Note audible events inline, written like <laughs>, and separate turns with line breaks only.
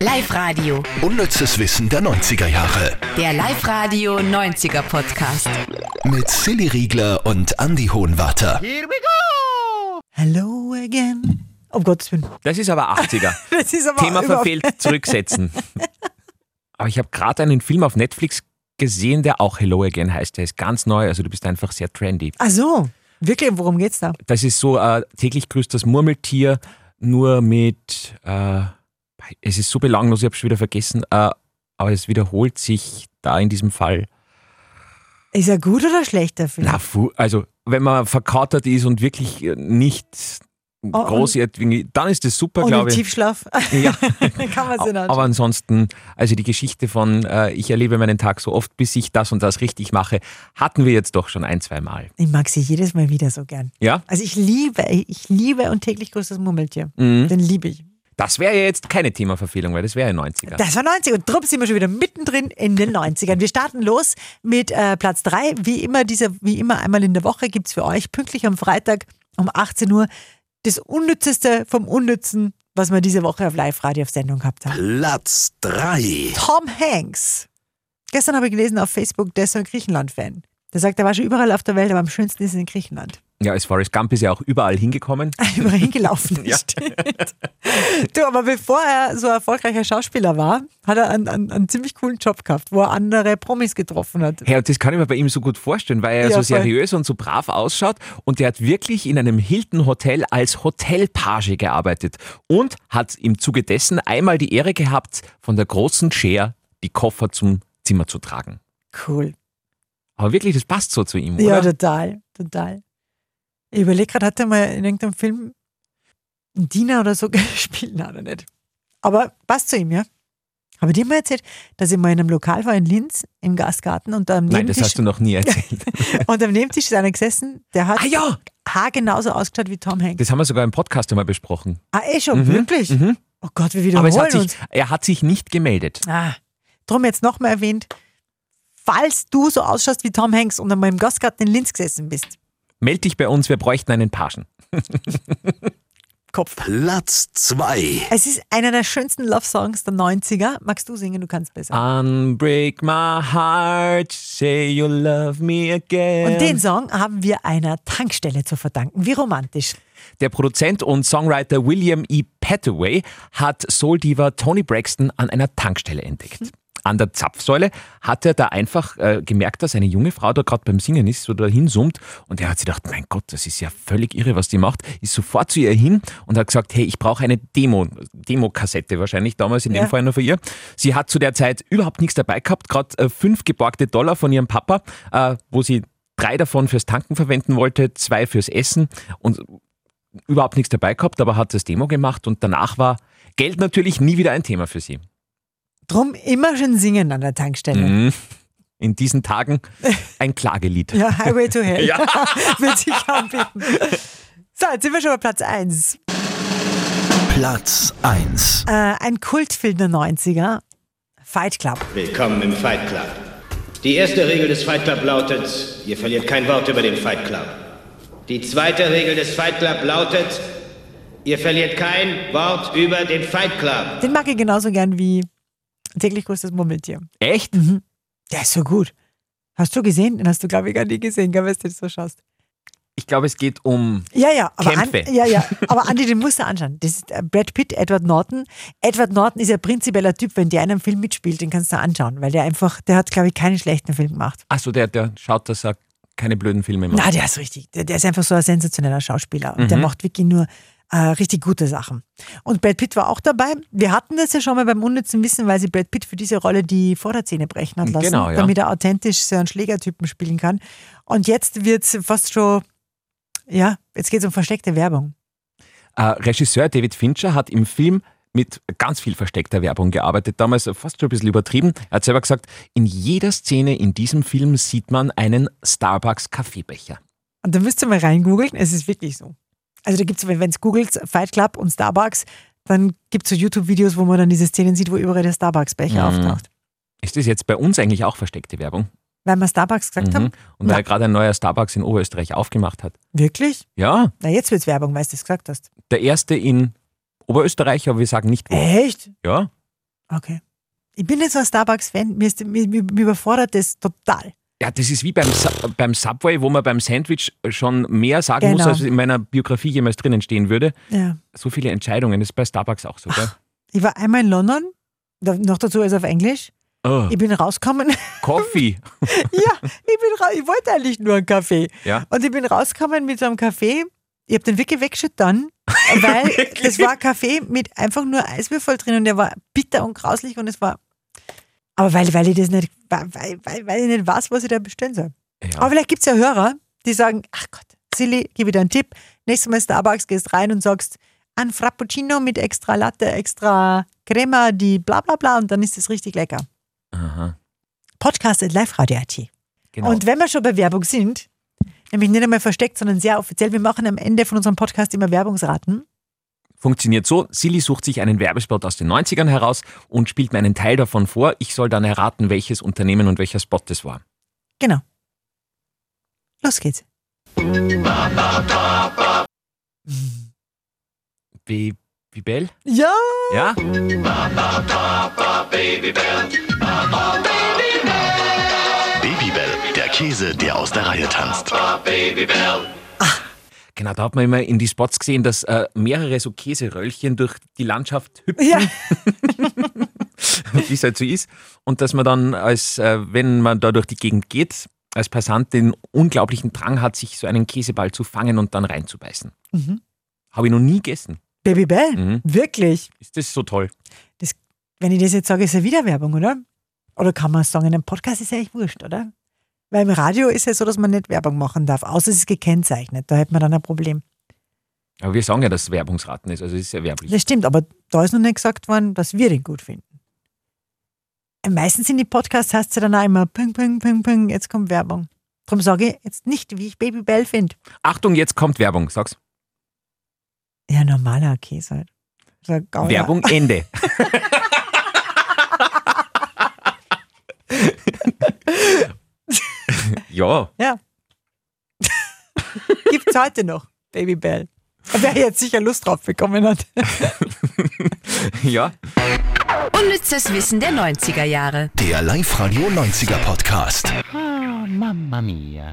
Live-Radio.
Unnützes Wissen der 90er Jahre.
Der Live-Radio 90er Podcast.
Mit Silly Riegler und Andy Hohenwarter.
Hello again. Um Gottes <laughs> Willen.
Das ist aber 80er.
Das ist aber
Thema
überhaupt-
verfehlt, zurücksetzen. Aber ich habe gerade einen Film auf Netflix gesehen, der auch Hello Again heißt. Der ist ganz neu, also du bist einfach sehr trendy.
Ach so. Wirklich, worum geht's da?
Das ist so, äh, täglich grüßt das Murmeltier, nur mit, äh, es ist so belanglos, ich habe schon wieder vergessen, äh, aber es wiederholt sich da in diesem Fall.
Ist er gut oder schlecht, der Film?
Na, fu- also wenn man verkatert ist und wirklich äh, nicht
und-
groß irgendwie, dann ist das super,
Und im
glaube ich.
Tiefschlaf <laughs>
Ja.
kann man sich
Aber ansonsten, also die Geschichte von äh, ich erlebe meinen Tag so oft, bis ich das und das richtig mache, hatten wir jetzt doch schon ein, zwei Mal.
Ich mag sie jedes Mal wieder so gern.
Ja?
Also ich liebe, ich liebe und täglich grüßt das Murmeltier.
Mhm.
Den liebe ich.
Das wäre ja jetzt keine Themaverfehlung, weil das wäre ja 90er.
Das war 90 und drum sind wir schon wieder mittendrin in den 90ern. Wir starten los mit äh, Platz 3. Wie immer, diese, wie immer einmal in der Woche gibt es für euch pünktlich am Freitag um 18 Uhr das Unnützeste vom Unnützen, was wir diese Woche auf Live-Radio auf Sendung gehabt haben.
Platz 3.
Tom Hanks. Gestern habe ich gelesen auf Facebook, der ist so ein Griechenland-Fan. Der sagt, er war schon überall auf der Welt, aber am schönsten ist es in Griechenland. <laughs>
Ja, als Forrest Gump ist ja auch überall hingekommen.
Überall hingelaufen
Ja.
ist. Du, aber bevor er so erfolgreicher Schauspieler war, hat er einen, einen, einen ziemlich coolen Job gehabt, wo er andere Promis getroffen hat.
Ja, und das kann ich mir bei ihm so gut vorstellen, weil er
Ja,
so
voll.
seriös und so brav ausschaut und der hat wirklich in einem Hilton Hotel als Hotelpage gearbeitet und hat im Zuge dessen einmal die Ehre gehabt, von der großen Chair die Koffer zum Zimmer zu tragen.
Cool.
Aber wirklich, das passt so zu ihm, oder?
Ja, total, total. Ich überlege gerade, hat er mal in irgendeinem Film einen Diener oder so <laughs> gespielt? Nein, oder nicht. Aber passt zu ihm, ja. Habe ich dir mal erzählt, dass ich mal in einem Lokal war in Linz, im Gastgarten und am
Nein, das
Nebentisch,
hast du
<laughs>
noch nie erzählt.
und am Nebentisch ist einer gesessen, der hat
ah ja,
Haar genauso ausgeschaut wie Tom Hanks.
das haben wir sogar im Podcast einmal besprochen.
Ah, eh schon, wirklich?
Mhm.
Oh Gott, wir
Aber
wiederholen
es hat sich,
uns.
er hat sich nicht gemeldet.
Ah, drum jetzt nochmal erwähnt, falls du so ausschaust wie Tom Hanks und einmal im Gastgarten in Linz gesessen bist,
Meld dich bei uns, wir bräuchten einen Pagen.
Kopf.
Platz 2.
Es ist einer der schönsten Love-Songs der 90er. Magst du singen, du kannst
Ah,
besser.
Unbreak my heart, say you love me again.
Und den Song haben wir einer Tankstelle zu verdanken. Wie romantisch.
Der Produzent und Songwriter William E. Hathaway hat Soul-Diva Tony Braxton an einer Tankstelle entdeckt. An der Zapfsäule hat er da einfach äh, gemerkt, dass eine junge Frau da gerade beim Singen ist, so dahin summt. Und er hat sich gedacht, mein Gott, das ist ja völlig irre, was die macht. Ist sofort zu ihr hin und hat gesagt, hey, ich brauche eine Demo, Demokassette wahrscheinlich damals in
Ja.
dem Fall noch für ihr. Sie hat zu der Zeit überhaupt nichts dabei gehabt, gerade äh, fünf geborgte Dollar von ihrem Papa, äh, wo sie drei davon fürs Tanken verwenden wollte, zwei fürs Essen und überhaupt nichts dabei gehabt, aber hat das Demo gemacht und danach war Geld natürlich nie wieder ein Thema für sie.
Drum immer schön singen an der Tankstelle.
Mhm. In diesen Tagen ein Klagelied.
Ja, Highway to Hell. <laughs>
<laughs> Ja.
Wird sich anbieten. So, jetzt sind wir schon bei Platz 1.
Platz 1.
Äh, ein Kultfilm der 90er. Fight Club.
Willkommen im Fight Club. Die erste Regel des Fight Club lautet, ihr verliert kein Wort über den Fight Club. Die zweite Regel des Fight Club lautet, ihr verliert kein Wort über den Fight Club.
Den mag ich genauso gern wie täglich grüßt das Murmeltier.
Echt?
Der ist so gut. Hast du gesehen? Den hast du, glaube ich, gar nie gesehen, gell, wenn du das so schaust.
Ich glaube, es geht um.
Ja, ja, aber, an,
Kämpfe.
ja, ja, aber Andi, den musst du anschauen. Das ist äh, Brad Pitt, Edward Norton. Edward Norton ist ja prinzipieller Typ, wenn der in einem Film mitspielt, den kannst du anschauen, weil der einfach, der hat, glaube ich, keinen schlechten Film gemacht.
Achso, der, der schaut, dass er keine blöden Filme macht.
Na, der ist richtig. Der, der ist einfach so ein sensationeller Schauspieler und der
Mhm.
macht wirklich nur äh, richtig gute Sachen. Und Brad Pitt war auch dabei. Wir hatten das ja schon mal beim unnützen Wissen, weil sie Brad Pitt für diese Rolle die Vorderzähne brechen hat lassen,
Genau, ja.
damit er authentisch so einen Schlägertypen spielen kann. Und jetzt wird es fast schon, ja, jetzt geht es um versteckte Werbung.
Äh, Regisseur David Fincher hat im Film mit ganz viel versteckter Werbung gearbeitet, damals fast schon ein bisschen übertrieben. Er hat selber gesagt, in jeder Szene in diesem Film sieht man einen Starbucks-Kaffeebecher.
Und da müsst ihr mal reingoogeln, es ist wirklich so. Also da gibt es, wenn es googelt, Fight Club und Starbucks, dann gibt es so YouTube-Videos, wo man dann diese Szenen sieht, wo überall der Starbucks-Becher
Mhm.
auftaucht.
Ist das jetzt bei uns eigentlich auch versteckte Werbung?
Weil wir Starbucks gesagt
Mhm.
haben,
Und
Na.
weil gerade ein neuer Starbucks in Oberösterreich aufgemacht hat.
wirklich?
Ja,
Na, jetzt wird's Werbung, weil du das gesagt hast.
Äh? der erste in Oberösterreich, aber wir sagen nicht wo.
Echt?
Ja,
Okay. Ich bin jetzt ein Starbucks-Fan, mir, ist- mir, mir, mir überfordert das total.
Ja, das ist wie beim, Su- beim Subway, wo man beim Sandwich schon mehr sagen muss,
Genau.
als in meiner Biografie jemals drinnen stehen würde.
Ja.
So viele Entscheidungen ist bei Starbucks auch so, gell?
Ich war einmal in London, da- noch dazu ist auf Englisch.
Oh,
Ich bin rausgekommen.
Coffee.
ja, ich bin raus. Ich wollte eigentlich nur einen Kaffee.
Ja.
Und ich bin rausgekommen mit so einem Kaffee. Ich habe den wirklich weggeschüttet, weil das war Kaffee mit einfach nur Eiswürfel drin und der war bitter und grauslich und es war. Aber weil, weil ich das nicht, weil, weil, weil- weil ich nicht weiß, was ich da bestellen soll. Aber
Ja.
vielleicht gibt es ja Hörer, die sagen, ach Gott, Silly, gebe dir einen Tipp. Nächstes Mal Starbucks gehst rein und sagst, ein Frappuccino mit extra Latte, extra Crema, die bla bla bla und dann ist es richtig lecker.
Aha,
Podcast at liveradio.at.
genau.
Und wenn wir schon bei Werbung sind, nämlich nicht einmal versteckt, sondern sehr offiziell, wir machen am Ende von unserem Podcast immer Werbungsraten.
Funktioniert so, Silly sucht sich einen Werbespot aus den 90ern heraus und spielt mir einen Teil davon vor. Ich soll dann erraten, welches Unternehmen und welcher Spot das war.
Genau. Los geht's.
Wie, wie Bell?
Ja!
Ja?
Babybel, der Käse, der aus der Reihe tanzt.
Ah, Genau, da hat man immer in die Spots gesehen, dass äh, mehrere so Käseröllchen durch die Landschaft hüpfen, <laughs>
Ja,
wie es halt so ist. Und dass man dann, als äh, wenn man da durch die Gegend geht, als Passant den unglaublichen Drang hat, sich so einen Käseball zu fangen und dann reinzubeißen.
Mhm.
Habe ich noch nie gegessen.
Baby Bell,
Mhm.
wirklich.
Ist das so toll?
Wenn ich das jetzt sage, ist ja wieder Werbung, oder? Oder kann man es sagen, in einem Podcast ist ja echt wurscht, oder? Weil im Radio ist ja so, dass man nicht Werbung machen darf, außer es ist gekennzeichnet. Da hätte man dann ein Problem.
Aber wir sagen ja, dass es Werbungsraten ist, also es ist ja werblich.
Das stimmt, aber da ist noch nicht gesagt worden, dass wir den gut finden. Äh, Meistens in die Podcasts heißt es ja dann auch immer, ping, ping, ping, ping, jetzt kommt Werbung. Darum sage ich jetzt nicht, wie ich Baby Bell finde.
Achtung, jetzt kommt Werbung, sag's.
Ja, normaler Käse halt. So ein Gouda.
Werbung, Ende. ja,
Ja. <laughs> Gibt's heute noch, Baby Bell. Wer jetzt sicher Lust drauf bekommen hat.
ja.
Unnützes Wissen der 90er Jahre.
Der Live-Radio 90er Podcast.
Ah, mamma mia.